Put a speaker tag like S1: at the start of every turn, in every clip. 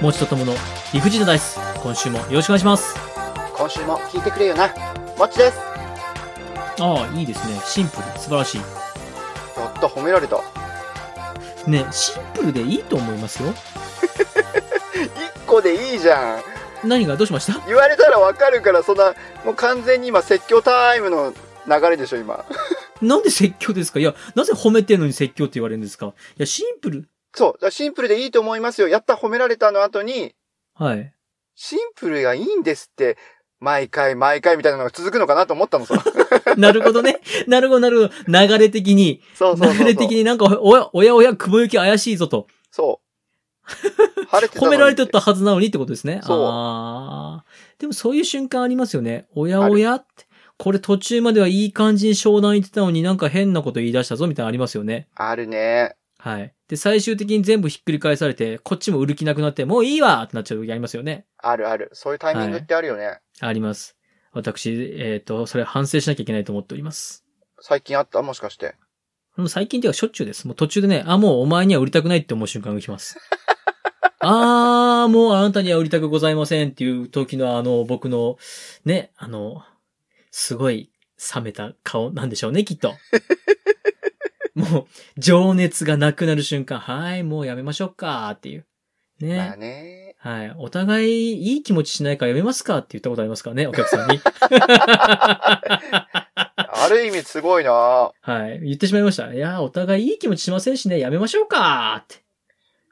S1: もちとともの理不尽なダイス今週もよろしくお願いします
S2: 今週も聞いてくれよな。もっちです。
S1: ああいいですねシンプル素晴らし
S2: やった、褒められた。
S1: いねシンプルでいいと思いますよ
S2: 1個でいいじゃん。
S1: 何がどうしました
S2: 言われたらわかるから、そんな、もう完全に今説教タイムの流れでしょ、今。
S1: なんで説教ですかいやなぜ褒めてるのに説教って言われるんですかいやシンプル
S2: そう、だからシンプルでいいと思いますよ。やった、褒められたの後に、
S1: はい
S2: シンプルがいいんですって、毎回毎回みたいなのが続くのかなと思った のさ。
S1: なるほどね。 なるほど、なるほど。流れ的に、
S2: そうそうそうそ
S1: 流
S2: う。
S1: れ的になんか、おや、おやおや、雲行き怪しいぞと。
S2: そう。晴れてたの
S1: 褒
S2: に
S1: められてたはずなのにってことですね。
S2: そう
S1: あーでもそういう瞬間ありますよね。おやおやって。これ途中まではいい感じに商談言ってたのになんか変なこと言い出したぞみたいなのありますよね。
S2: あるね。
S1: はい。で、最終的に全部ひっくり返されて、こっちも売る気なくなって、もういいわってなっちゃう時ありますよね。
S2: あるある。そういうタイミングってあるよね。
S1: あります。私、えっ、と、それ反省しなきゃいけないと思っております。
S2: 最近あったもしかして。
S1: もう最近ではしょっちゅうです。もう途中でね、あ、もうお前には売りたくないって思う瞬間が来ます。 あー、もうあなたには売りたくございませんっていう時のあの、僕の、ね、あの、すごい冷めた顔なんでしょうね、きっと。 もう、情熱がなくなる瞬間、はい、もうやめましょうか、っていう。
S2: ま
S1: ね。
S2: あね。
S1: はい。お互いいい気持ちしないからやめますかって言ったことありますからね、お客さんに。
S2: ある意味すごいな
S1: はい。言ってしまいました。いやー、お互いいい気持ちしませんしね、やめましょうかーって。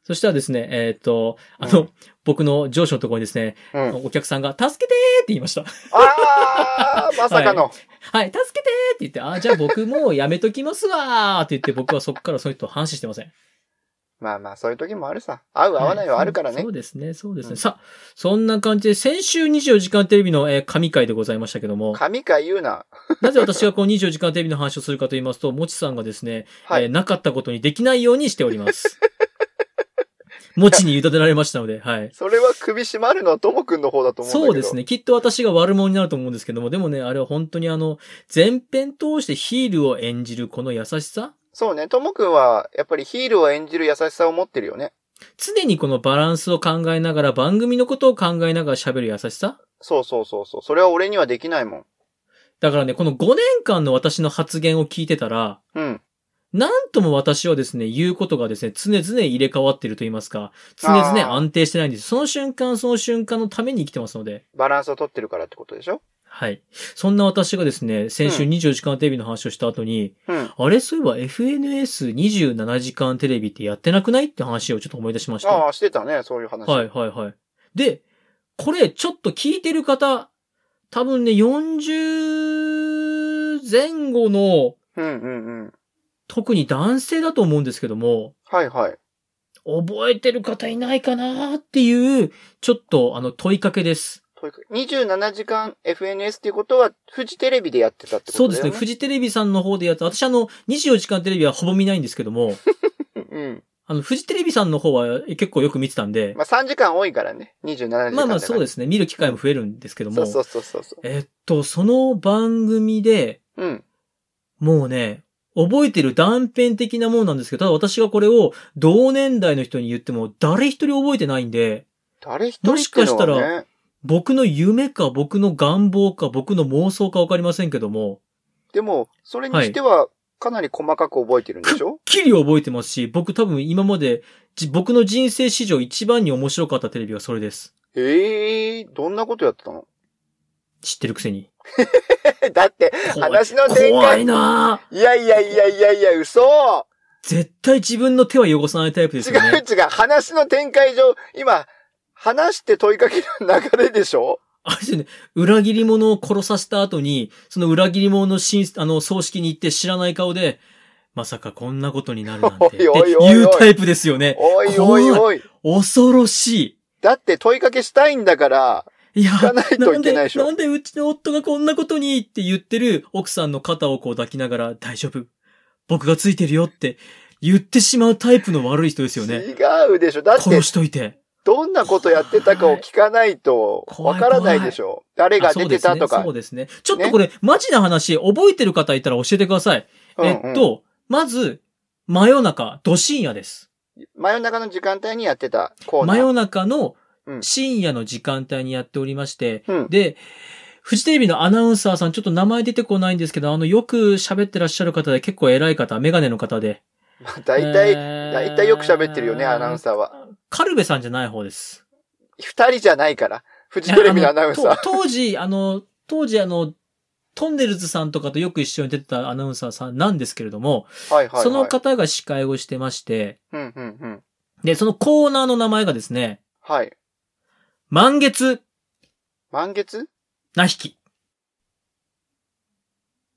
S1: そしたらですね、えーっと、あの、
S2: うん
S1: 僕の上司のところにですね、
S2: うん。
S1: お客さんが、助けてーって言いました。
S2: ああまさかの。
S1: はい、助けてーって言って、あー、じゃあ僕もうやめときますわーって言って、僕はそっからその人と話してません。
S2: まあまあ、そういう時もあるさ。 合う合わないはあるから
S1: はい
S2: ね
S1: そう。ですね、そうですね。
S2: うん
S1: さあ、そんな感じで、先週24時間テレビの、えー神回でございましたけども、
S2: 神か言うな。
S1: なぜ私がこの24時間テレビの話をするかと言いますと、もちさんがですね、
S2: はい。
S1: えーなかったことにできないようにしており ます。持ちに委ねられましたので、はい。
S2: それは首絞まるのはともくんの方だと思うんだけど。
S1: そうです。ね。きっと私が悪者になると思うんですけども、でもね、あれは本当にあの、前編通してヒールを演じるこの優しさ
S2: そうね。ともくんは、やっぱりヒールを演じる優しさを持ってるよね。
S1: 常にこのバランスを考えながら、番組のことを考えながら喋る優しさ
S2: そうそうそうそう。それは俺にはできないもん。
S1: だからね、この5年間の私の発言を聞いてたら、
S2: うん。
S1: なんとも私はですね、言うことがですね、常々入れ替わってると言いますか、常々
S2: あー
S1: 安定してないんです。その瞬間、その瞬間のために生きてますので。
S2: バランスを取ってるからってことでしょ
S1: はい。そんな私がですね、先週
S2: うん
S1: 24時間テレビの話をした後に、
S2: うん。
S1: あれ、そういえば FNS27 時間テレビってやってなくないって話をちょっと思い出しました。
S2: あ
S1: は
S2: あ、してたね。そういう話。
S1: い、はい、はい。で、これ、ちょっと聞いてる方、多分ね、40前後の、
S2: うんうんうん。
S1: 特に男性だと思うんですけども、
S2: はいはい。
S1: 覚えてる方いないかなっていう、ちょっと、あの、問いかけです。
S2: 問いか27時間 FNS っていうことは、フジテレビでやってたってこ
S1: そ
S2: と
S1: うで
S2: だ
S1: す
S2: よ
S1: ね。
S2: ね。
S1: フジテレビさんの方でやった、私あの、24時間テレビはほぼ見ないんですけど も、
S2: うんうん。
S1: あの、フジテレビさんの方はえ結構よく見てたんで、
S2: まあ3時間多いからね。27時間だから。
S1: まあまあそうですすね、見る機会も増えるんですけども、
S2: そうそうそうそうそ
S1: えっと、その番組で、
S2: う。うん。
S1: もうね、覚えてる断片的なものなんですけど、ただ私がこれを同年代の人に言っても誰一人覚えてないんで、
S2: 誰一人っていうのは、
S1: も
S2: ね、
S1: しかしたら僕の夢か僕の願望か僕の妄想かわかりませんけども、
S2: でも、それにしては、かなり細かく覚えてるんでしょ、
S1: きり覚えてますし、僕多分今までじ僕の人生史上一番に面白かったテレビはそれです。
S2: ええどんなことやってたの
S1: 知ってるくせに。
S2: だって、
S1: 怖い
S2: 話の展開
S1: 怖いなぁ
S2: いやいやいやいやいや、嘘
S1: 絶対自分の手は汚さないタイプです
S2: 違
S1: よね。
S2: う違う、話の展開上、今、話して問いかける流れでしょ
S1: あれですよね、裏切り者を殺させた後に、その裏切り者のしあの、葬式に行って知らない顔で、まさかこんなことになるなんて、って
S2: おいおいおいおい
S1: いうタイプですよね。
S2: おいおいおい。
S1: 恐ろし
S2: だって問いかけしたいんだから、
S1: い。いや、
S2: 聞かないといけないでしょ
S1: なんで、なんでうちの夫がこんなことにって言ってる奥さんの肩をこう抱きながら、大丈夫。僕がついてるよって言ってしまうタイプの悪い人ですよね。
S2: 違うでしょだって
S1: 殺、しといて。
S2: どんなことやってたかを聞かないと、わからないでしょ誰が出てたと
S1: あ
S2: か
S1: そ。うですね。そうですね。ちょっとこれ、マジな話、覚えてる方いたら教えてください。
S2: うんうん
S1: えっ、と、まず、真夜中、ど深夜です。
S2: 真夜中の時間帯にやってたコーナ
S1: 真
S2: ー。
S1: 夜中の
S2: うん
S1: 深夜の時間帯にやっておりまして、
S2: うん。
S1: で、フジテレビのアナウンサーさん、ちょっと名前出てこないんですけど、あの、よく喋ってらっしゃる方で、結構偉い方、メガネの方で。
S2: まあ大体、
S1: えー
S2: 大体よく喋ってるよね、アナウンサーは。
S1: カルベさんじゃない方です。
S2: 二人じゃないから。フ ジテレビのアナウンサ
S1: いやあ
S2: ー
S1: の。と当時、あの、当時あの、トンネルズさんとかとよく一緒に出てたアナウンサーさんなんですけれども、
S2: はいはい、はい。
S1: その方が司会をしてまして、
S2: うんうんうん。
S1: で、そのコーナーの名前がですね、
S2: はい。
S1: 満月
S2: 満月
S1: な引き、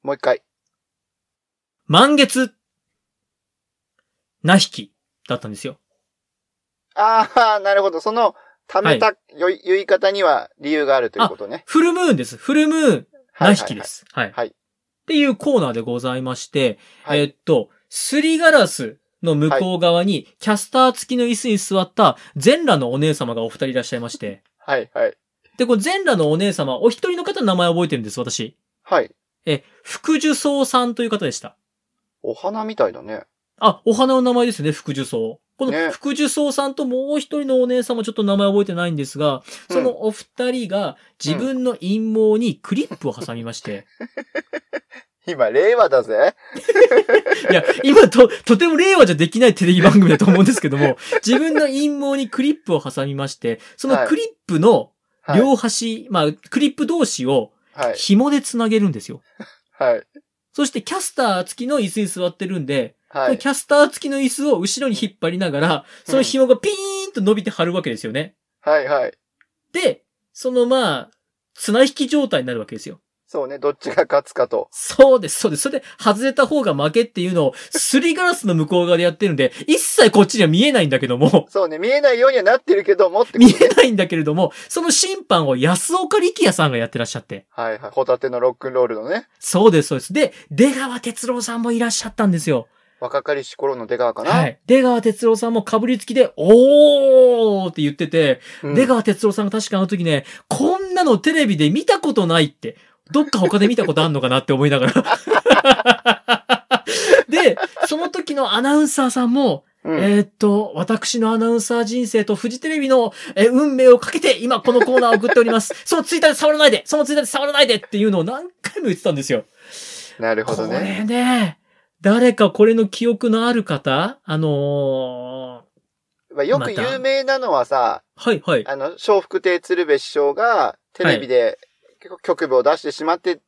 S2: もう一回。
S1: 満月な引きだったんですよ。
S2: ああ、なるほど。その、ためた、よい言い方には理由があるということね。
S1: フルムーンです。フルムーン
S2: は
S1: ない引
S2: はい
S1: きで
S2: はい。
S1: す。はい。
S2: はい
S1: っていうコーナーでございまして、
S2: はい
S1: えーっと、すりガラスの向こう側に、キャスター付きの椅子に座った全裸のお姉様がお二人いらっしゃいまして、
S2: はいはい。
S1: で、この全裸のお姉様、お一人の方の名前覚えてるんです、私。
S2: はい。
S1: え、福寿草さんという方でした。
S2: お花みたいだね。
S1: あ、お花の名前ですよね、福寿草。こ
S2: ね
S1: の福寿草さんともう一人のお姉様、ちょっと名前覚えてないんですが、
S2: うん
S1: そのお二人が自分の陰謀にクリップを挟みまして、
S2: 今、令和だぜ。
S1: いや、今と、とても令和じゃできないテレビ番組だと思うんですけども、自分の陰謀にクリップを挟みまして、そのクリップの
S2: はい。
S1: 両端、まあ、クリップ同士を
S2: はい。
S1: 紐で繋げるんですよ。
S2: はい。
S1: そしてキャスター付きの椅子に座ってるんで、
S2: はい。
S1: キャスター付きの椅子を後ろに引っ張りながら、その紐がピーンと伸びて張るわけですよね。
S2: はい。はい。
S1: で、そのまあ、綱引き状態になるわけですよ。
S2: そうね。どっちが勝つかと。
S1: そうです、そうです。それで外れた方が負けっていうのを、すりガラスの向こう側でやってるんで、一切こっちには見えないんだけども、
S2: そうね。見えないようにはなってるけどもってこと
S1: 見
S2: ね
S1: えないんだけれども、その審判を安岡力也さんがやってらっしゃって。
S2: はいはい。ホタテのロックンロールのね。
S1: そうです、そうです。で、出川哲郎さんもいらっしゃったんですよ。
S2: 若かりし頃の出川かな。
S1: は。い。出川哲郎さんも被りつきで、おーって言ってて、
S2: うん
S1: 出川哲郎さんが確かあの時ね、こんなのテレビで見たことないって、どっか他で見たことあんのかなって思いなが ら。で、その時のアナウンサーさんも、
S2: うん
S1: えーっと、私のアナウンサー人生とフジテレビの、えー運命をかけて今このコーナーを送っており ます。そのツイッターで触らないでそのツイッターで触らないでっていうのを何回も言ってたんですよ。
S2: なるほ
S1: こ
S2: どね。
S1: れね、誰かこれの記憶のある方あの
S2: まあ、よく
S1: また
S2: 有名なのはさ、
S1: ー、はいはい。
S2: あの、笑福亭鶴瓶師匠がテレビで結構局部を出してしまって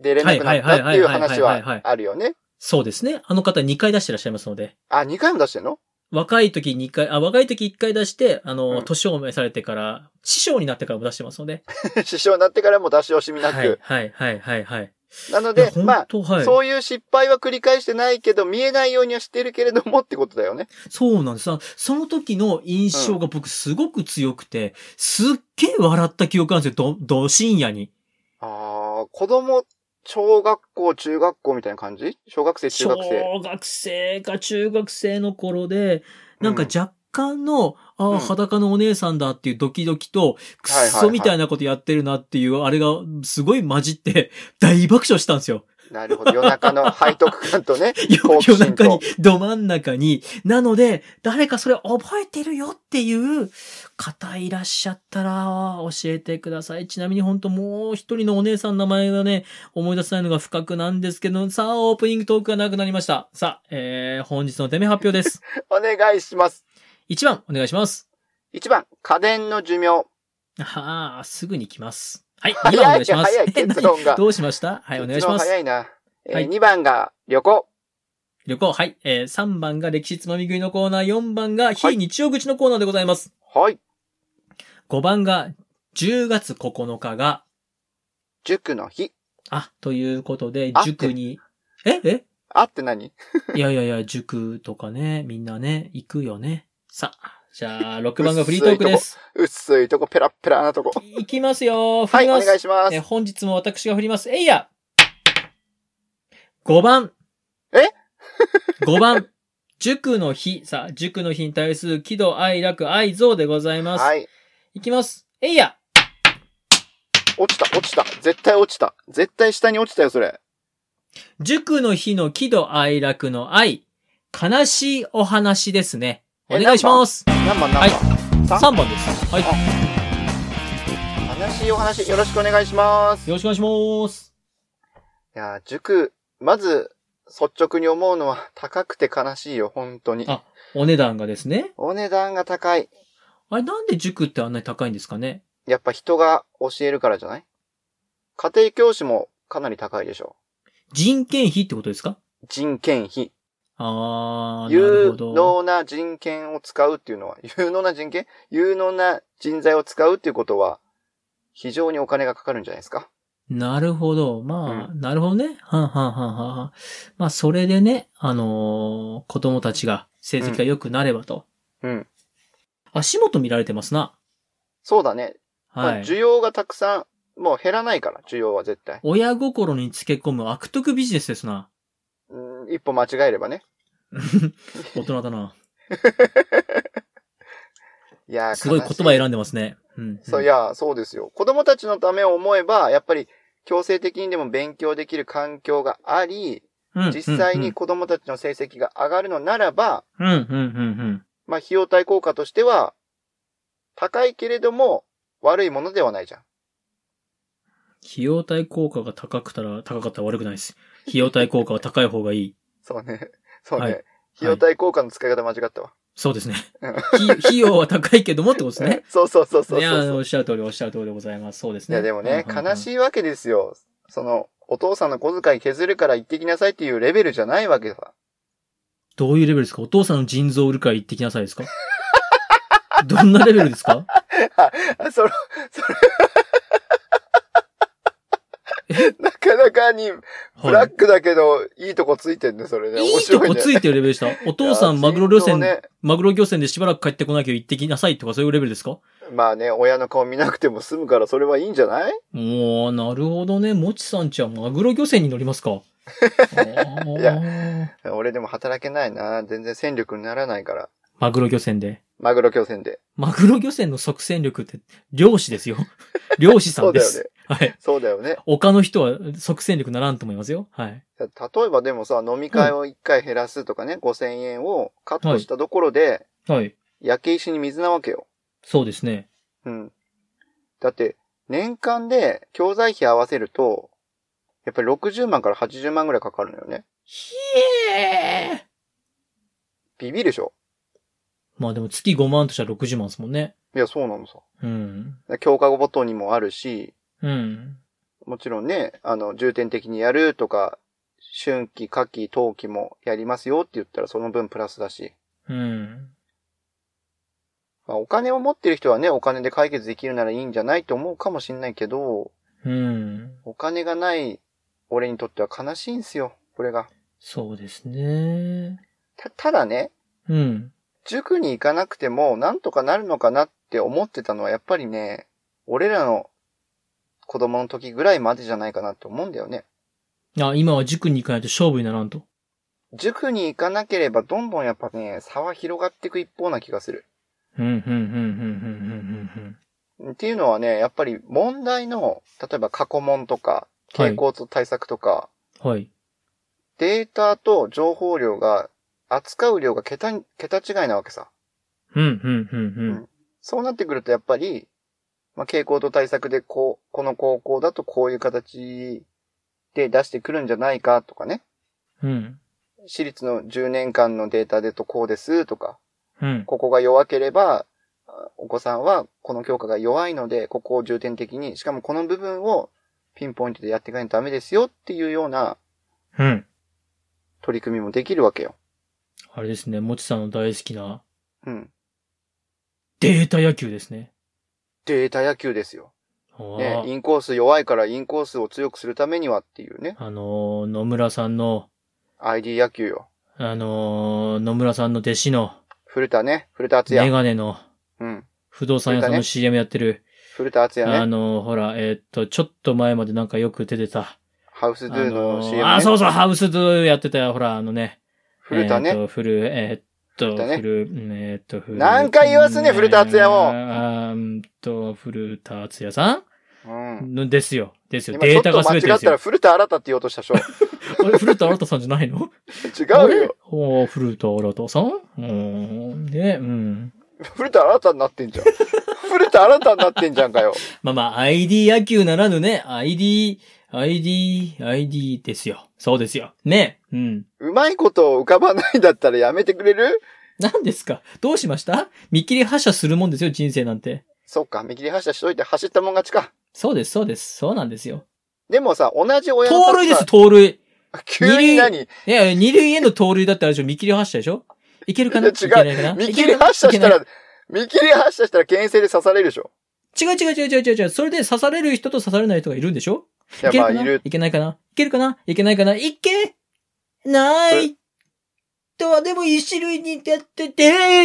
S2: 出れなくなったっていう話
S1: はいはいはいはいはいは
S2: はいあるよね。
S1: そうですね。あの方2回出してらっしゃいますので。
S2: あ、2回も出してんの
S1: 若い時2回、あ、若い時1回出して、あの、
S2: うん
S1: 年を召されてから、師匠になってからも出してますので。
S2: 師匠になってからも出し惜しみなく。
S1: はい、はい、はい、はい、はい。
S2: なの
S1: いや
S2: で、まあ、
S1: 本当はい。
S2: そういう失敗は繰り返してないけど、見えないようにはしてるけれどもってことだよね。
S1: そうなんです。あその時の印象が僕すごく強くて、すっげえ笑った記憶なんですよ。ど、ど深夜に。
S2: ああ、子供、小学校、中学校みたいな感じ小学生、中
S1: 小
S2: 学生。
S1: 学生か中学生の頃で、なんか
S2: うん
S1: 若干の、あ
S2: う
S1: あ、
S2: ん
S1: 裸のお姉さんだっていうドキドキと、ク
S2: はいはい
S1: ソみたいなことやってるなっていう、あれがすごい混じって、 大爆笑したんですよ。
S2: なるほど。夜中の背徳感とね。
S1: 夜
S2: 好奇
S1: 夜
S2: 心と
S1: 中に、ど真ん中に。なので、誰かそれ覚えてるよっていう方いらっしゃったら教えてください。ちなみに本当もう一人のお姉さんの名前がね、思い出せないのが深くなんですけど、さあ、オープニングトークがなくなりました。さあ、えー、本日の手目発表 です。
S2: お願いします。
S1: 1番、お願いします。
S2: 1番、家電の寿命。
S1: はあ、すぐに来ます。はい、2番お
S2: 早
S1: 願
S2: い、
S1: いします。
S2: 早い、結論が。
S1: どうしましたはい、お願いしま
S2: 結論
S1: す。
S2: 早いな。えー
S1: はい
S2: 2番が旅行。
S1: 旅行、はい。えー、3番が歴史つまみ食いのコーナー、4番が非日曜口のコーナーでございます。
S2: はい。
S1: 5番が10月9日が、
S2: 塾の日。
S1: あ、ということで
S2: あ、
S1: 塾に、ええ
S2: あって何
S1: いやいやいや、塾とかね、みんなね、行くよね。さあ、じゃあ、6番がフリートークです。
S2: 薄いとこ、ペラッペラなとこ。
S1: いきますよ、振
S2: は
S1: り
S2: い、お
S1: ます。
S2: 願いします。
S1: え本日も私が振ります。えいや !5 番。
S2: え
S1: ?5 番。塾の日。さあ、塾の日に対する喜怒哀楽愛憎でございます。。
S2: はいい。
S1: きます。えいや
S2: 落ちた、落ちた。絶対落ちた。絶対下に落ちたよ、それ。
S1: 塾の日の喜怒哀楽の愛。悲しいお話ですね。お願いします。
S2: 何番何番、
S1: 3番
S2: 3?
S1: です。はい。よ
S2: 悲しいお話よろしくお願いします。い
S1: ろしくお願いします。
S2: やー、塾、まず、率直に思うのは高くて悲しいよ、本当に。
S1: あお値段がですね。
S2: お値段が高い。
S1: あれ、なんで塾ってあんなに高いんですかね
S2: やっぱ人が教えるからじゃない家庭教師もかなり高いでしょ。
S1: 人件費ってことですか
S2: 人件費。
S1: あー、なる
S2: 有
S1: ほど。
S2: 能な人権を使うっていうのは、 有能な人権有能な人材を使うっていうことは、非常にお金がかかるんじゃないですか。
S1: なるほど。まあ、なるほどね。はんはんはんはんはん。まあ、それでね、あのー子供たちが成績が良くなればと。
S2: うん。
S1: 足元見られてますな。
S2: そうだね。ま
S1: は
S2: あ
S1: い。
S2: 需要がたくさん、もう減らないから、需要は絶対。
S1: 親心につけ込む悪徳ビジネスですな。
S2: うん一歩間違えればね。
S1: 大人だな。
S2: いやー
S1: すごい言
S2: 悲
S1: 葉
S2: し
S1: 選んでますね。うん。
S2: そうい
S1: や。
S2: や、そうですよ。子供たちのためを思えば、やっぱり強制的にでも勉強できる環境があり、
S1: うん
S2: 実際に。子供たちの成績が上がるのならば、
S1: うん、うん、うんうん、
S2: まあ、費用対効果としては、高いけれども、悪いものではないじゃん。
S1: 費用対効果が高くたら、高かったら悪くないです。費用対効果は高い方がいい。
S2: そうね。 そうね。
S1: はい
S2: 費用対効果の使い方間違ったわ。
S1: そうですね。
S2: うん。
S1: 費費用は高いけどもってことですね
S2: そうそう そうそうそう
S1: いや、あの
S2: い
S1: おっしゃる通り、おっしゃる通りでございます。そうですね。
S2: や、でもね、悲
S1: い。
S2: しいわけですよ。その、お父さんの小遣い削るから行ってきなさいっていうレベルじゃないわけさ。
S1: どういうレベルですかお父さんの腎臓を売るから言ってきなさいですかどんなレベルです か
S2: あそれ、それ。 なかなかに、ブラ
S1: は
S2: ックだけど、いいとこついてんね、それね。
S1: い。いい
S2: 面
S1: と
S2: 白い
S1: こ
S2: ね。
S1: ついてるレベルでした。お父さ
S2: いや
S1: ん、マグロ漁船、
S2: 腎臓ね
S1: マグロ漁船でしばらく帰ってこなきゃ行ってきなさいとかそういうレベルですか
S2: まあね、親の顔見なくても済むから、それはいいんじゃない
S1: もう、なるほどね。もちさんちはマグロ漁船に乗り ますか
S2: い
S1: や。
S2: 俺でも働けないな。全然戦力にならないから。
S1: マグロ漁船で。
S2: マグロ漁船で。
S1: マグロ漁船の即戦力って、漁師ですよ。 漁師さ
S2: そ
S1: ん
S2: うだ
S1: で
S2: よ
S1: す。
S2: ね。
S1: はい。
S2: そうだよね。
S1: 他の人は即戦力ならんと思いますよ。はい。
S2: 例えばでもさ、飲み会を1回減らすとかね、5000円をカットしたところで、
S1: はい。
S2: 焼け石に水なわけよ。
S1: そうですね。
S2: うん。だって、年間で教材費合わせると、やっぱり60万から80万ぐらいかかるのよね。
S1: ひえ
S2: ビビるでしょ
S1: ーまあでも月5万としたら60万ですもんね。
S2: いや、そうなのさ。
S1: うん。
S2: 教科ごとにもあるし、
S1: うん。
S2: もちろんね、あの、重点的にやるとか、春季、夏季、冬季もやりますよって言ったらその分プラスだし。
S1: うん。
S2: まあ、お金を持ってる人はね、お金で解決できるならいいんじゃないと思うかもしんないけど、
S1: うん。
S2: お金がない俺にとっては悲しいんすよ、これが。
S1: そうですね。
S2: た、ただね、
S1: うん。
S2: 塾に行かなくてもなんとかなるのかなって思ってたのはやっぱりね、俺らの子供の時ぐらいまでじゃないかなと思うんだよね。
S1: あ、今は塾に行かないと勝負にならんと。
S2: 塾に行かなければどんどんやっぱね、差は広がっていく一方な気がする。
S1: うん、うん、うん、うん、うん、うん、
S2: っていうのはね、やっぱり問題の、例えば過去問とか、傾向と対策とか、
S1: うん。はい。
S2: データと情報量が、扱う量が桁に、桁違いなわけさ。
S1: うん、うん、うん、
S2: そうなってくるとやっぱり、まあ、傾向と対策でこう、この高校だとこういう形で出してくるんじゃないかとかね。
S1: うん。うん。
S2: 私立の10年間のデータでとこうですとか、
S1: うん。
S2: ここが弱ければ、あお子さんはこの教科が弱いので、ここを重点的に、しかもこの部分をピンポイントでやっていかないとダメですよっていうような
S1: うん。
S2: 取り組みもできるわけよ。
S1: あれですね、もちさんの大好きな
S2: うん。
S1: データ野球ですね。
S2: データ野球ですよ。
S1: あー
S2: ね、インコース弱いからインコースを強くするためにはっていうね、
S1: あのー、野村さんの、
S2: ID 野球よ。
S1: あのー、野村さんの弟子の、
S2: 古田ね、古田敦
S1: メ
S2: 也。
S1: ガネの、
S2: うん。
S1: 不動産屋さん
S2: それだ
S1: の
S2: ね
S1: CM やってる、
S2: 古田敦
S1: あ
S2: 也ね。
S1: のー、ほら、えーっと、ちょっと前までなんかよく出てた、
S2: ハウス
S1: あ
S2: ドゥ
S1: の
S2: の
S1: ー
S2: CM ね。
S1: あ、そうそう、ハウスドゥやってたよ、ほら、あのね、
S2: 古田
S1: えー
S2: ね
S1: っ。と、古、えーっと、
S2: 古田ね
S1: 古、うんえーっと、古。
S2: 何回言わすね古田敦也を
S1: あーうーんと、古田敦也さ
S2: うん。
S1: んのですよ。ですよ。
S2: 今ち
S1: デー
S2: ょっと
S1: タが全
S2: 間
S1: て
S2: 違
S1: で
S2: っ
S1: す
S2: たら
S1: よ。
S2: 古田新太って言おうとしたでしょ。
S1: あれ、古田新太さんじゃないの
S2: 違 うよ。
S1: おー、古田新太さんうーん。ね、うん。
S2: 古田新たになってん じゃん。古田新たになってんじゃんかよ。
S1: まあまあ、ID 野球ならぬね、ID、ID、ID ですよ。そうですよ。ね。うん。
S2: うまいことを浮かばないんだったらやめてくれる
S1: 何ですかどうしました見切り発車するもんですよ、人生なんて。
S2: そっか、見切り発車しといて走ったもん勝ちか。
S1: そうです、そうです。そうなんですよ。
S2: でもさ、同じ親の
S1: 盗塁です、盗塁。
S2: 立場急に何
S1: いや、二塁への盗塁だってあれでしょ、見切り発車でしょいけるかないいけないか
S2: や違
S1: な
S2: う。見切り発車した
S1: い
S2: ら、見切り発車したら牽制で刺されるでしょ。
S1: けない違う違う違う違う違う。それで刺される人と刺されない人がいるんでしょ
S2: いや、
S1: ける
S2: ま
S1: か
S2: あ、
S1: ない
S2: る。
S1: いけないかないけるかないけないかないけないとは、でも一塁にやってて、っ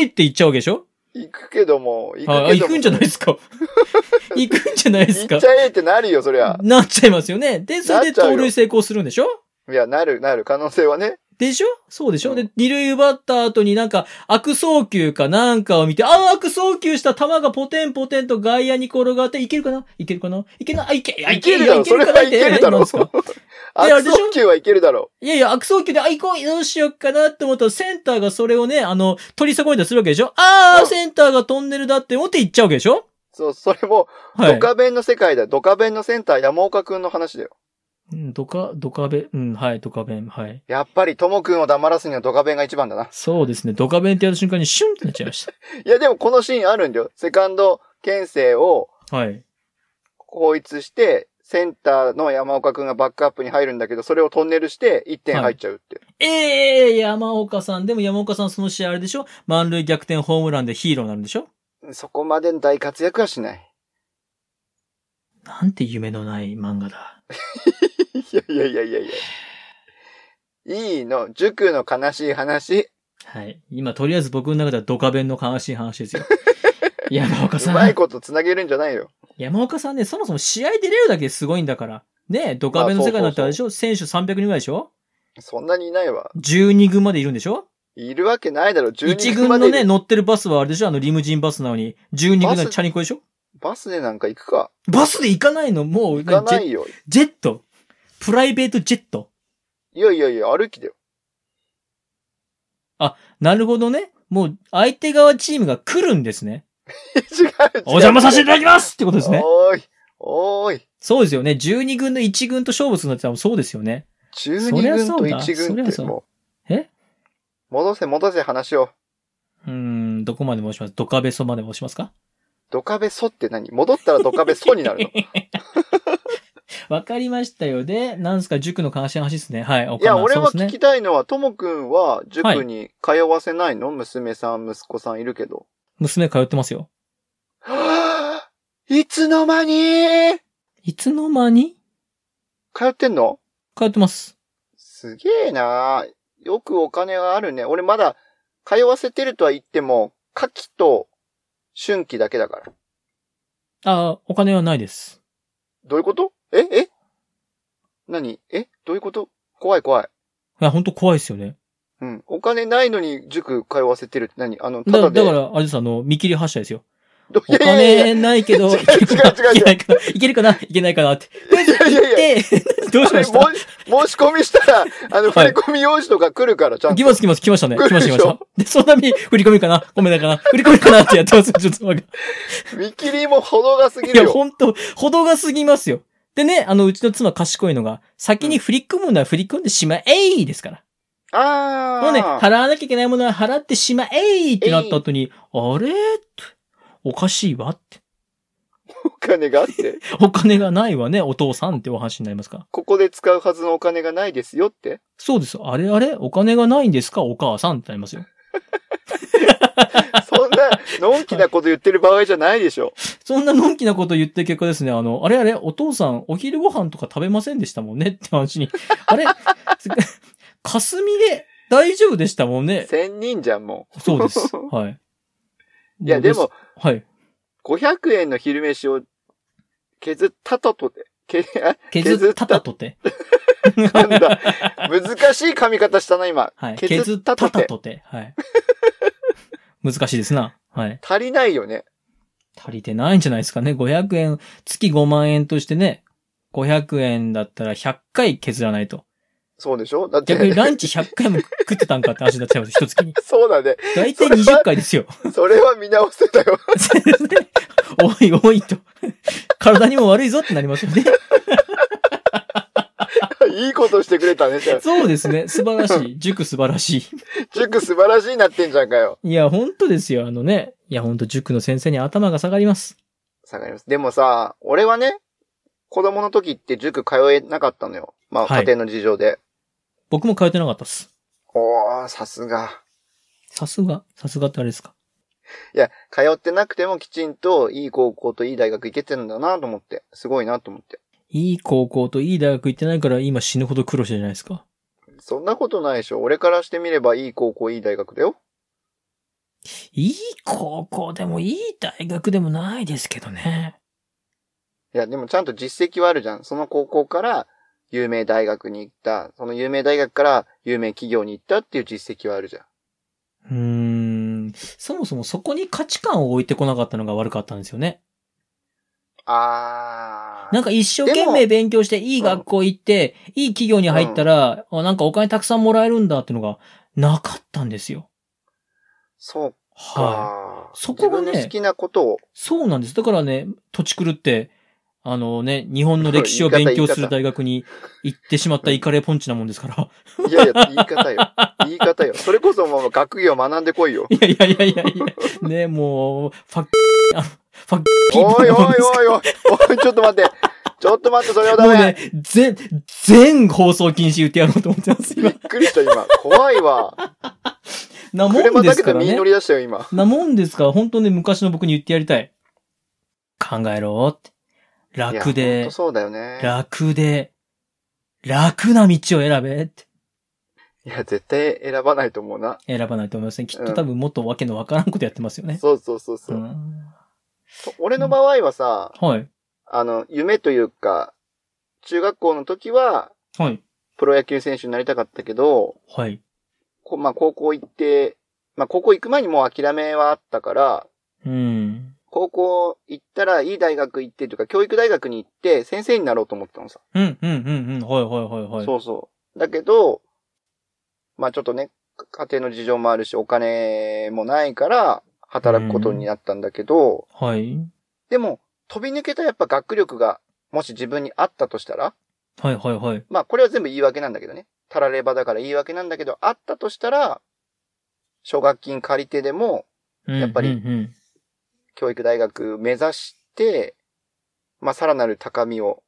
S1: て言っちゃうわけでしょ
S2: 行くけども、行くけども。
S1: あ、行くんじゃないです か行くんじゃないです
S2: 行
S1: か
S2: っちゃえってなるよ、そりゃ。
S1: なっちゃいますよね。で、それ
S2: な
S1: で
S2: っちゃう
S1: 盗
S2: よ
S1: 塁成功するんでしょ
S2: いや、なる、なる、可能性はね。
S1: でしょそうでしょ、
S2: うん
S1: で、二塁奪った後になんか、悪送球かなんかを見て、ああ、悪送球した球がポテンポテンと外野に転がって、いけるかないけるかないけないあいけ、いやい
S2: い
S1: け
S2: け
S1: る
S2: る
S1: よ
S2: だ
S1: い
S2: ろ、
S1: け
S2: そ
S1: る
S2: れ
S1: かな
S2: はいい
S1: け
S2: け
S1: る
S2: る
S1: か
S2: だ
S1: な
S2: ろ。
S1: いけるかな あれ
S2: 悪
S1: でしょ
S2: 送球はいけるだろ。
S1: いやいや、悪送球で、あ、行こう、どうしよっかなって思ったら、センターがそれをね、あの、取り損ねたりするわけでしょあ
S2: う
S1: あ、
S2: ん
S1: センターがトンネルだって思って行っちゃうわけでしょ
S2: そう、それも、
S1: は
S2: ド
S1: い。
S2: カベンの世界だよ。ドカベンのセンター、山岡くんの話だよ。
S1: うんドカ、ドカベ、うん、はい、ドカベン、はい。
S2: やっぱり、ともくんを黙らすにはドカベンが一番だな。
S1: そうですね、ドカベンってやる瞬間にシュンってなっちゃいまし
S2: いや、でもこのシーンあるんだよ。セカンド、牽制を、
S1: た。はい。
S2: 統一して、センターの山岡くんがバックアップに入るんだけど、それをトンネルして1点入っちゃうって。
S1: ええ山岡さん。でも山岡さんその試合あれでしょ満塁逆転ホームランでヒーローになるんでしょ
S2: そこまでの大活躍はしない。
S1: なんて夢のない漫画だ。
S2: いやいやいやいやいや。いいの、塾の悲しい話。
S1: はい。今、とりあえず僕の中ではドカベンの悲しい話です よ。山岡
S2: う
S1: さ
S2: まい
S1: ん。
S2: こと繋げるんじゃないよ。
S1: 山岡さんね、そもそも試合出れるだけですごいんだから。ねえ、ドカベンの世界になってあれでしょ選手300人ぐらいでしょ
S2: そんなにいないわ。
S1: ?12 軍までいるんでしょ
S2: いるわけないだろ、12
S1: ?1
S2: 分
S1: 軍
S2: ま
S1: の
S2: で
S1: ね、乗ってるバスはあれでしょあのリムジンバスなのに。12軍のチャリンコでしょ
S2: バスでなんか行くか。
S1: バスで行かないのもう、
S2: 行かな
S1: ジェ
S2: いよ。
S1: ジェット。プライベートジェット。
S2: いやいやいや、歩きだよ。
S1: なるほどね。もう、相手側チームが来るんですね。
S2: 違う違う。
S1: お邪魔させていただきますってことですね。
S2: おーい。おーい。
S1: そうですよね。12軍の1軍と勝負するのって多分そうですよね。
S2: 12
S1: そりゃ
S2: 軍
S1: そ
S2: と
S1: うだ
S2: 1軍
S1: そり
S2: っ
S1: ゃ
S2: て
S1: そう
S2: もう。
S1: え
S2: 戻せ戻せ話を。
S1: うーん、どこまで申しますドカベソまで申しますか
S2: ドカベソって何戻ったらドカベソにな るのい
S1: わかりましたよ。で、なんすか、塾の関心話ですね。はい、お
S2: や、
S1: 母
S2: 俺
S1: さん
S2: は
S1: そうで
S2: 聞
S1: すね。
S2: きたいのは、ともくんは塾に通わせないの、娘さん、息子さんいるけど。
S1: 娘通ってますよ。
S2: はぁいつの間に
S1: いつの間に
S2: 通ってんの
S1: 通ってます。
S2: すげえなよくお金があるね。俺まだ通わせてるとは言っても、夏季と春季だけだから。
S1: あーお金はないです。
S2: どういうことええ何えどういうこと怖い怖い。
S1: いや、ほんと怖いですよね。
S2: うん。お金ないのに塾通わせてるって何あの、た
S1: だ
S2: だで。
S1: だから、あれです、あの、見切り発車ですよ。
S2: ど
S1: お
S2: いやいやいや
S1: 金ないけど、
S2: 違う
S1: いけるかな
S2: 違う違う違
S1: いけ
S2: う
S1: ないかないけるかないけないかなって。
S2: いやいやいや。
S1: で、 どうし
S2: あれ
S1: ました
S2: 申し申し込みしたら、あの、振
S1: はい
S2: り込み用紙とか来るから、ちゃん
S1: 来
S2: と。
S1: ます来ます来ましたね。来
S2: 来る
S1: まし
S2: でしたょ
S1: 来ました。で、そのたびに振り込みかなごめんなかな振り込みかなってや ってます。ちょっとわかん
S2: 見切りも程が過ぎ
S1: い
S2: る
S1: や、
S2: よ。
S1: ほんと、ほどが過ぎますよ。でね、あの、うちの妻賢いのが、先に振り込むのは振り込んでしまえいですから。
S2: あー。
S1: もうね、払わなきゃいけないものは払ってしまえいってなった後に、あれって、おかしいわって。
S2: お金があって、
S1: お金がないわね、お父さんってお話になりますから。
S2: ここで使うはずのお金がないですよって。
S1: そうです。あれあれお金がないんですかお母さんってなりますよ。
S2: そんな、のんきなこと言ってる場合じゃないでし ょ。
S1: そんなのんきなこと言って結果ですね、あの、あれあれ、お父さん、お昼ご飯とか食べませんでしたもんねって話に。あれ 霞で大丈夫でしたもんね。
S2: 千人じゃん、も
S1: そうです。はい。
S2: う。いや、でも、、
S1: はい。
S2: 500円の昼飯を削ったととて、けあ
S1: 削ったたとて。
S2: なんだ。難しい髪型したな、今。
S1: はい。
S2: 削
S1: 削
S2: っ
S1: ったた
S2: と
S1: た
S2: て
S1: とて。はい。難しいですな。はい。
S2: 足りないよね。
S1: 足りてないんじゃないですかね。500円、月5万円としてね、500円だったら100回削らないと。
S2: そうでしょだって。
S1: 逆にランチ100回も食ってたんかって話になっちゃいます、一月に。
S2: そうだね。
S1: 大体20回です よ。
S2: それは見直せたよ。
S1: 多い多いと。体にも悪いぞってなりますよね。
S2: いいことしてくれたね、じ ゃあ。
S1: そうですね。素晴らしい。塾素晴らしい。
S2: 塾素晴らしいなってんじゃんかよ。
S1: いや、本当ですよ。あのね。いや、本当塾の先生に頭が下がります。
S2: 下がります。でもさ、俺はね、子供の時って塾通えなかったのよ。まあ、
S1: はい
S2: 家庭の事情で。
S1: 僕も通ってなかったっす。
S2: おー、さすが。
S1: さすが。さすがってあれですか。
S2: いや、通ってなくてもきちんといい高校といい大学行けてるんだなと思って。すごいなと思って。
S1: いい高校といい大学行ってないから今死ぬほど苦労してるじゃないですか。
S2: そんなことないでしょ。俺からしてみればいい高校、いい大学だよ。
S1: いい高校でもいい大学でもないですけどね。
S2: いや、でもちゃんと実績はあるじゃん。その高校から有名大学に行った。その有名大学から有名企業に行ったっていう実績はあるじゃ
S1: う
S2: ん。
S1: ーん。そもそもそこに価値観を置いてこなかったのが悪かったんですよね。
S2: あー。
S1: なんか一生懸命勉強して、いい学校行って、いい企業に入ったら、あなんかお金たくさんもらえるんだってのが、なかったんですよ。
S2: そうか。
S1: はい。そこがね
S2: 自分の好きなことを。
S1: そうなんです。だからね、土地狂って、あのね、日本の歴史を勉強する大学に行ってしまったイカレポンチなもんですから。
S2: いやいや、言い方よ。言い方よ。それこそもう学業学んでこい よ。
S1: いやいやいやいやいや、ね、もう、ファッ、あの、ファッキー
S2: おいおいおい
S1: んです
S2: おい、おい、ちょっと待って。ちょっと待って、それは
S1: も
S2: ダ
S1: う
S2: メ。
S1: ね、全、全放送禁止言ってやろうと思ってます、
S2: び
S1: 今
S2: っ。くりした、今。怖いわ。
S1: なもん
S2: 車
S1: で
S2: だ
S1: す
S2: け
S1: から
S2: で身に
S1: ね
S2: 乗。り出したよ、今。
S1: なもんですから、本当ね、昔の僕に言ってやりたい。考えろって。楽
S2: いやほん
S1: で
S2: と、そうだよね。
S1: 楽で、楽な道を選べって。
S2: いや、絶対選ばないと思うな。
S1: 選ばないと思いますね。きっ
S2: う
S1: と
S2: ん
S1: 多分もっとわけのわからんことやってますよね。
S2: そうそうそうそうう。
S1: ん
S2: 俺の場合はさ、
S1: はい。
S2: あの、夢というか、中学校の時は、
S1: はい。
S2: プロ野球選手になりたかったけど、
S1: はい。
S2: こまあ、高校行って、まあ、高校行く前にもう諦めはあったから、
S1: うん。
S2: 高校行ったらいい大学行ってというか、教育大学に行って先生になろうと思ったのさ。
S1: うん、うん、うん、うん。はい、はい、はい、はい。
S2: そうそう。だけど、まあちょっとね、家庭の事情もあるし、お金もないから、働くことになったんだけど、
S1: はい。
S2: でも、飛び抜けたやっぱ学力が、もし自分にあったとしたら、
S1: はい、はい、はい。
S2: まあこれは全部言い訳なんだけどね。たらればだから言い訳なんだけど、あったとしたら、奨学金借りてでも、
S1: うん
S2: やっぱり
S1: うんうん
S2: 教育大学目指して、まあさらなる高みを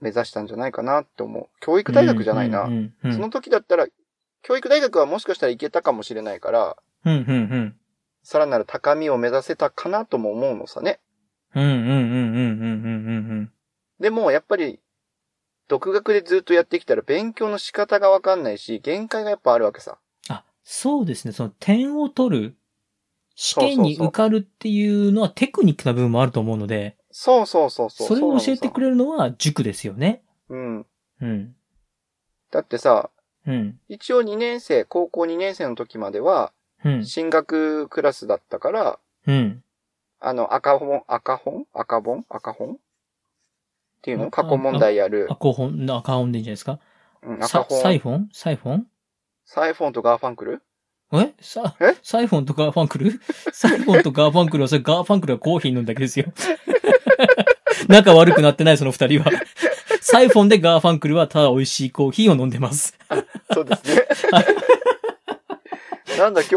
S2: 目指したんじゃないかなって思う。教育大学じゃないな。
S1: うん、うんうん
S2: その時だったら、教育大学はもしかしたら行けたかもしれないから、
S1: うん、うん、うん。
S2: さらなる高みを目指せたかなとも思うのさね。
S1: うん、うん、うん、うん、うん、うん、うんうん。
S2: でも、やっぱり、独学でずっとやってきたら勉強の仕方がわかんないし、限界がやっぱあるわけさ。
S1: あ、そうですね。その点を取る、試
S2: うそうそう
S1: 験に受かるっていうのはテクニックな部分もあると思うので、
S2: そうそうそうそう。
S1: それを教えてく
S2: れ。
S1: れるのは塾ですよね。
S2: うん。
S1: うん。
S2: だってさ、
S1: うん。
S2: 一応2年生、高校2年生の時までは、
S1: うん。
S2: 進学クラスだったから、
S1: うん。
S2: あの、赤本、赤本赤本赤本っていう
S1: あ
S2: の過去問題やる
S1: あ、。こう、赤本でいいんじゃないですか。
S2: うん、赤
S1: さサイ
S2: 本。
S1: フォンサイフォン
S2: サイフォンとガーファンクル
S1: えさ
S2: え、
S1: サイフォンとガーファンクル サイフォンとガーファンクルは、それガーファンクルはコーヒー飲んだけですよ。 仲悪くなってない、その二人は。サイフォンでガーファンクルは、ただ美味しいコーヒーを飲んでます。
S2: そうで すね。なんだ今日、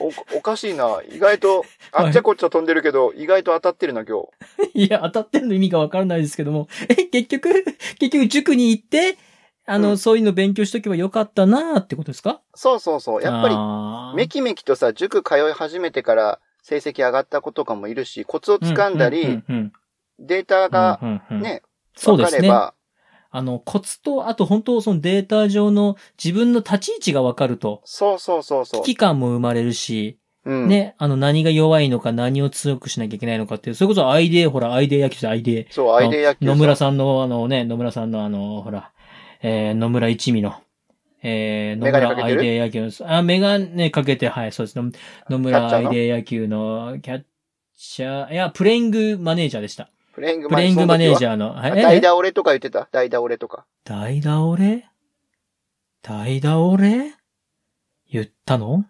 S2: お、おかしいな。意外と、あっちゃこっちゃ飛んでるけど、意外と当たってるな今日。
S1: いや、当たってるの意味がわからないですけども。え、結局、 結局塾に行って、あの、
S2: うん
S1: そういうの勉強しとけばよかったなーってことですか
S2: そうそうそう。やっぱり、め
S1: り、
S2: きめきとさ、塾通い始めてから成績上がった子とかもいるし、コツをつかんだり、
S1: ううんうん
S2: データが
S1: うんうんうん
S2: ね、
S1: そうで
S2: 分
S1: す
S2: かれ
S1: ね。
S2: ば、
S1: あの、コツと、あと本当そのデータ上の自分の立ち位置がわかると、
S2: そうそうそうそ
S1: 危機感も生まれるし、
S2: う。うん。
S1: ね、あの何が弱いのか何を強くしなきゃいけないのかっていう、それこそアイデー、ほら、アイデー焼きじゃアイデ
S2: そう、
S1: ー。
S2: アイデア野球
S1: 野村さんのあのね、野村さんのあの、ほら、えー、野村一味の、えー、野
S2: メガネかけ
S1: 村ア
S2: て
S1: イ
S2: る
S1: デー野球の、あ、メガネかけて、はい、そうです。野野
S2: キャッ
S1: 村
S2: チャ
S1: ア
S2: ー
S1: イ
S2: の
S1: デー野球のキャッチャー、いや、プレイングマネージャーでした。
S2: プレイング
S1: プ
S2: マネ
S1: レ
S2: ー
S1: イン
S2: ジ
S1: グ
S2: ャー。
S1: マネージャーの、
S2: 代
S1: え
S2: 打俺とか言ってた代打俺とか。
S1: 代打俺大倒れ言ったの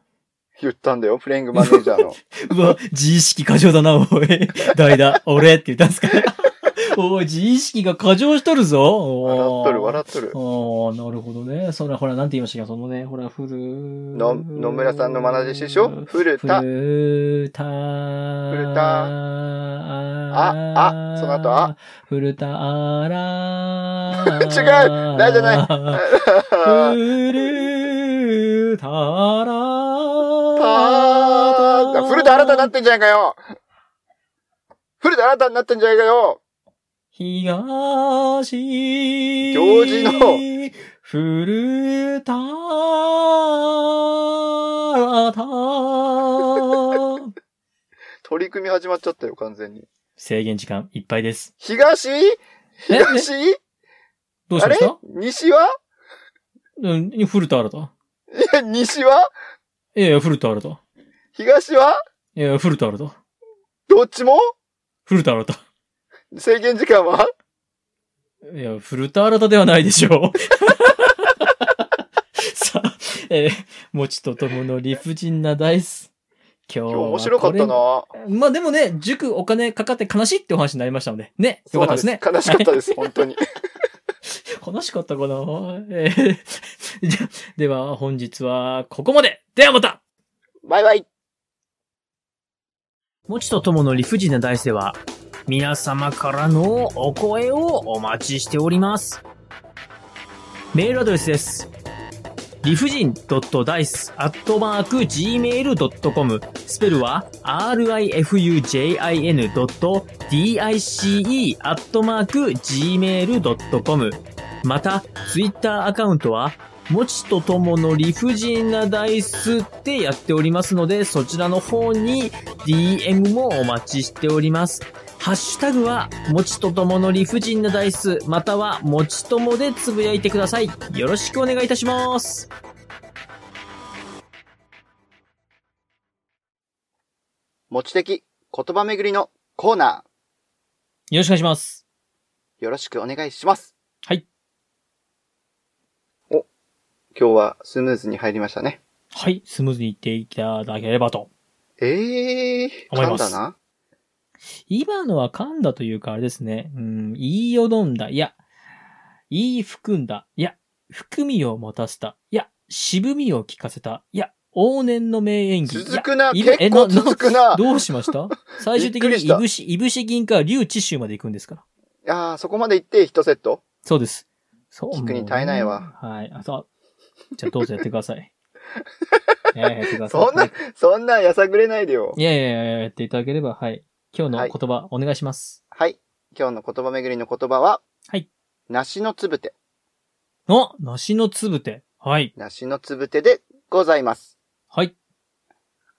S2: 言ったんだよ、プレイングマネージャー の。
S1: うわ、自意識過剰だ な、おい。代打、俺って言ったんすか おい、自意識が過剰しとるぞ。
S2: 笑
S1: お
S2: っとる、笑っとる。
S1: ああ、なるほどね。そら、ほら、なんて言いましたか、そのね、ほら、ふる
S2: の、野村さんの愛弟子でしょ古
S1: ふ
S2: 田。
S1: るた
S2: ふるた
S1: あ
S2: あその後あ。
S1: ふるたあら
S2: 違うないじゃないあ
S1: ふるたあら
S2: ー古田新たになってんじゃないかよ古田新たになってんじゃないかよ
S1: 東
S2: 行事の
S1: 古田新た
S2: 取り組み始まっちゃったよ、完全に。
S1: 制限時間いっぱいです。
S2: 東東
S1: どうし
S2: あ
S1: ま
S2: れ
S1: した
S2: 西は
S1: うん、古田新た。
S2: いや、西はい
S1: やいや、古田新た。い
S2: 東は
S1: やいや、古田新た。
S2: どっちも
S1: 古田新た。
S2: 制限時間はい
S1: や、古田新たではないでしょう。 さあ、えー、もちとともの理不尽なダイス。今日
S2: 今
S1: は
S2: 日面白かった
S1: これ
S2: な
S1: まあでもね、塾お金かかって悲しいってお話になりましたので、ね、よかったですね。
S2: そうなんです悲しかっ たです、本当に。
S1: 悲しかったかな、えー じゃでは本日はここまでではまた
S2: バイバイ
S1: もちとともの理不尽な大世は、皆様からのお声をお待ちしております。メールアドレスです。理不尽 d i c e g m a i l c o m スペルは rifujin.dice gmail.com また、ツイッターアカウントは、もちとともの理不尽なダイスってやっておりますので、そちらの方に DM もお待ちしております。ハッシュタグは、もちとともの理不尽なダイス、または、もちともでつぶやいてください。よろしくお願いいたします。
S2: 持ち的言葉巡りのコーナ
S1: よろしくお願いします。
S2: ー、よろしくお願いします。
S1: はい。
S2: お、今日はスムーズに入りましたね。
S1: はい、スムーズにいっていただければと。
S2: ええー、
S1: 思い
S2: 噛ん
S1: ます
S2: だな。
S1: 今のは噛んだというか、あれですね。うん、言いよどんだ。いや、言い含んだ。いや、含みを持たせた。いや、渋みを聞かせた。いや、往年の名演技。
S2: 続くない
S1: やいぶ
S2: 結構
S1: えな
S2: 続く な
S1: どうしました最終的
S2: びっくり
S1: に、
S2: した
S1: いぶし、いぶし銀か、竜知州まで行くんですから。
S2: ああ、そこまで行って一セット
S1: そうです。そう。
S2: 聞くに耐えないわ
S1: もうねはい。あ、そう。じゃあどうぞやってくだ さい。ええやってください。
S2: そんな、そんなやさぐれないでよ。
S1: いやいやいや、やっていただければ、はい。今日の
S2: は
S1: 言
S2: い
S1: 葉、お願いします。
S2: はい。今日の言葉巡りの言葉は、
S1: はい。
S2: 梨のつぶて。
S1: の、梨のつぶて。はい。
S2: 梨のつぶてでございます。
S1: はい。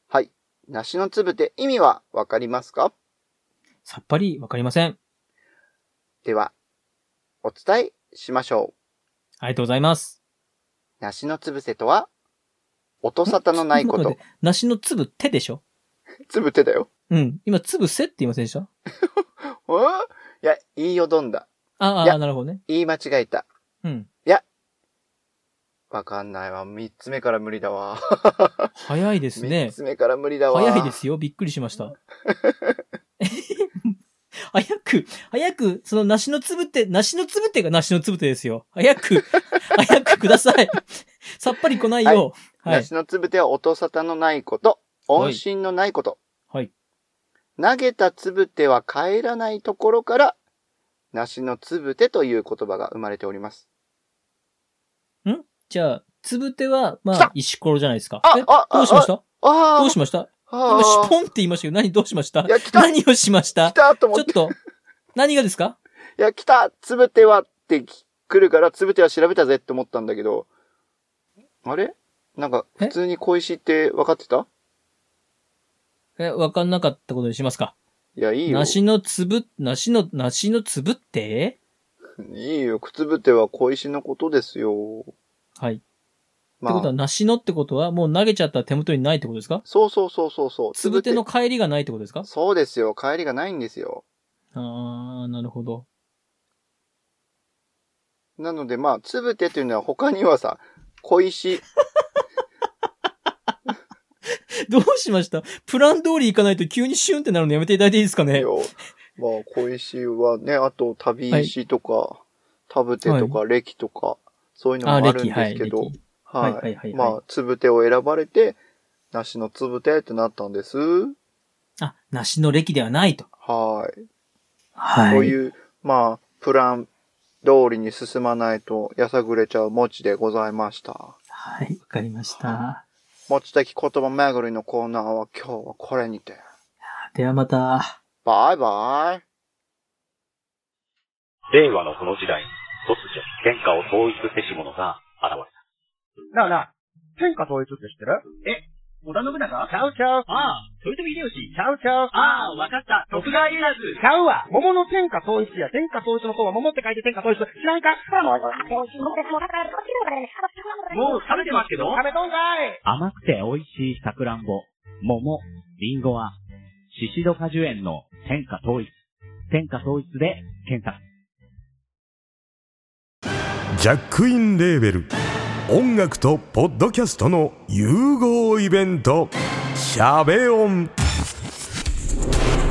S2: はい。梨のつぶて意味はわかりますか
S1: さっぱりわかりません。
S2: では、お伝えしましょう。
S1: ありがとうございます。
S2: 梨のつぶせとは、音沙汰のないこ
S1: ちょっ
S2: と
S1: 待っ。て。梨のつぶてでしょ
S2: つぶてだよ。
S1: うん。今、つぶせって言いませんでした
S2: えーいや、言いよどんだ。
S1: あ
S2: いや
S1: あ、なるほどね。
S2: 言い間違えた。
S1: うん。
S2: わかんないわ。三つ目から無理だわ。
S1: 早いです
S2: 三、
S1: ね。
S2: つ目から無理だわ。
S1: 早いで。すよ。びっくりしました。早く、早く、その梨のつぶて、梨のつぶてが梨のつぶてですよ。早く、早くください。さっぱり来ないよ。はい。
S2: 梨のつぶては音沙汰のないこと。
S1: はい
S2: 音信のないこと。
S1: はい。
S2: 投げたつぶては帰らないところから、梨のつぶてという言葉が生まれております。
S1: じゃあ、つぶては、ま
S2: 来
S1: あ
S2: た、
S1: 石ころじゃないですか。
S2: あ
S1: え
S2: ああ
S1: どうしました
S2: ああ
S1: どうしました
S2: あ
S1: 今、シ
S2: あ
S1: ポンって言いましたけど、何どうしました
S2: いや、来た
S1: 何をしました
S2: 来たと思
S1: ち
S2: っ。
S1: ょってと、何がですか
S2: いや、来たつぶてはって来るから、つぶては調べたぜって思ったんだけど、あれなんか、
S1: え
S2: 普通に小石って分かってた
S1: え、わかんなかったことにしますか。
S2: いや、いいよ。
S1: 梨のつぶ、梨の、梨のつぶって
S2: いいよ。くつぶては小石のことですよ。
S1: はい。って
S2: ま
S1: こと
S2: あ
S1: は、、梨のってことは、もう投げちゃったら手元にないってことですか
S2: そうそうそうそうそう。
S1: つぶての帰りがないってことですか
S2: そうですよ。帰りがないんですよ。
S1: あー、なるほど。
S2: なので、まあ、つぶてというのは他にはさ、小石。
S1: どうしましたプラン通り行かないと急にシュンってなるのやめていただいていいですかね
S2: よまあ、小石はね、あと、旅石とか、田ぶてとか、歴とか、そういうの
S1: あ、
S2: もあるん
S1: 歴、は
S2: で
S1: い。
S2: すけ
S1: 歴。
S2: ど、
S1: はい、
S2: は。
S1: はいい、はい。
S2: まあ、つぶてを選ばれて、梨のつぶてってなったんです。
S1: あ、梨の歴ではないと。
S2: はい。
S1: は
S2: こういう、まあ、プラン通りに進まないと、やさぐれちゃう餅でございました。
S1: はい、わかりました。
S2: 餅的言葉巡りのコーナーは今日はこれにて。
S1: ではまた。
S2: バイバイ。
S3: 令和のこの時代、突如、天下を統一せし者が現れた。
S4: なあなあ、天下統一って知ってる
S3: 織田信長ち
S4: ちゃうちゃう。
S3: ああ、豊臣秀吉。
S4: ちゃうちゃう。
S3: ああ、わかった。徳川家康。
S4: ちゃうわ。桃の天下統一や。天下統一の方は桃って書いて天下統一。知らんか
S3: もう食べてますけど
S4: 食べとんかい
S5: 甘くて美味しいさくらんぼ、桃、りんごは、シシド果樹園の天下統一。天下統一で検索。
S6: ジャックインレーベル音楽とポッドキャストの融合イベント「シャベオン」「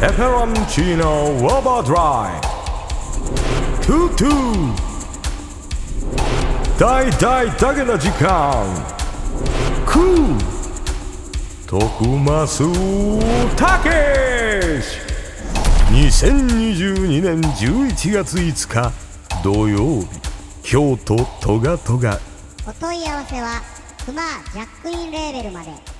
S6: エフェロンチーノウォーバードライ」「トゥトゥ」「大大だけな時間」「クー」「徳マスたけし」2022年11月5日土曜日京都トガトガ
S7: お問い合わせはクマージャックインレーベルまで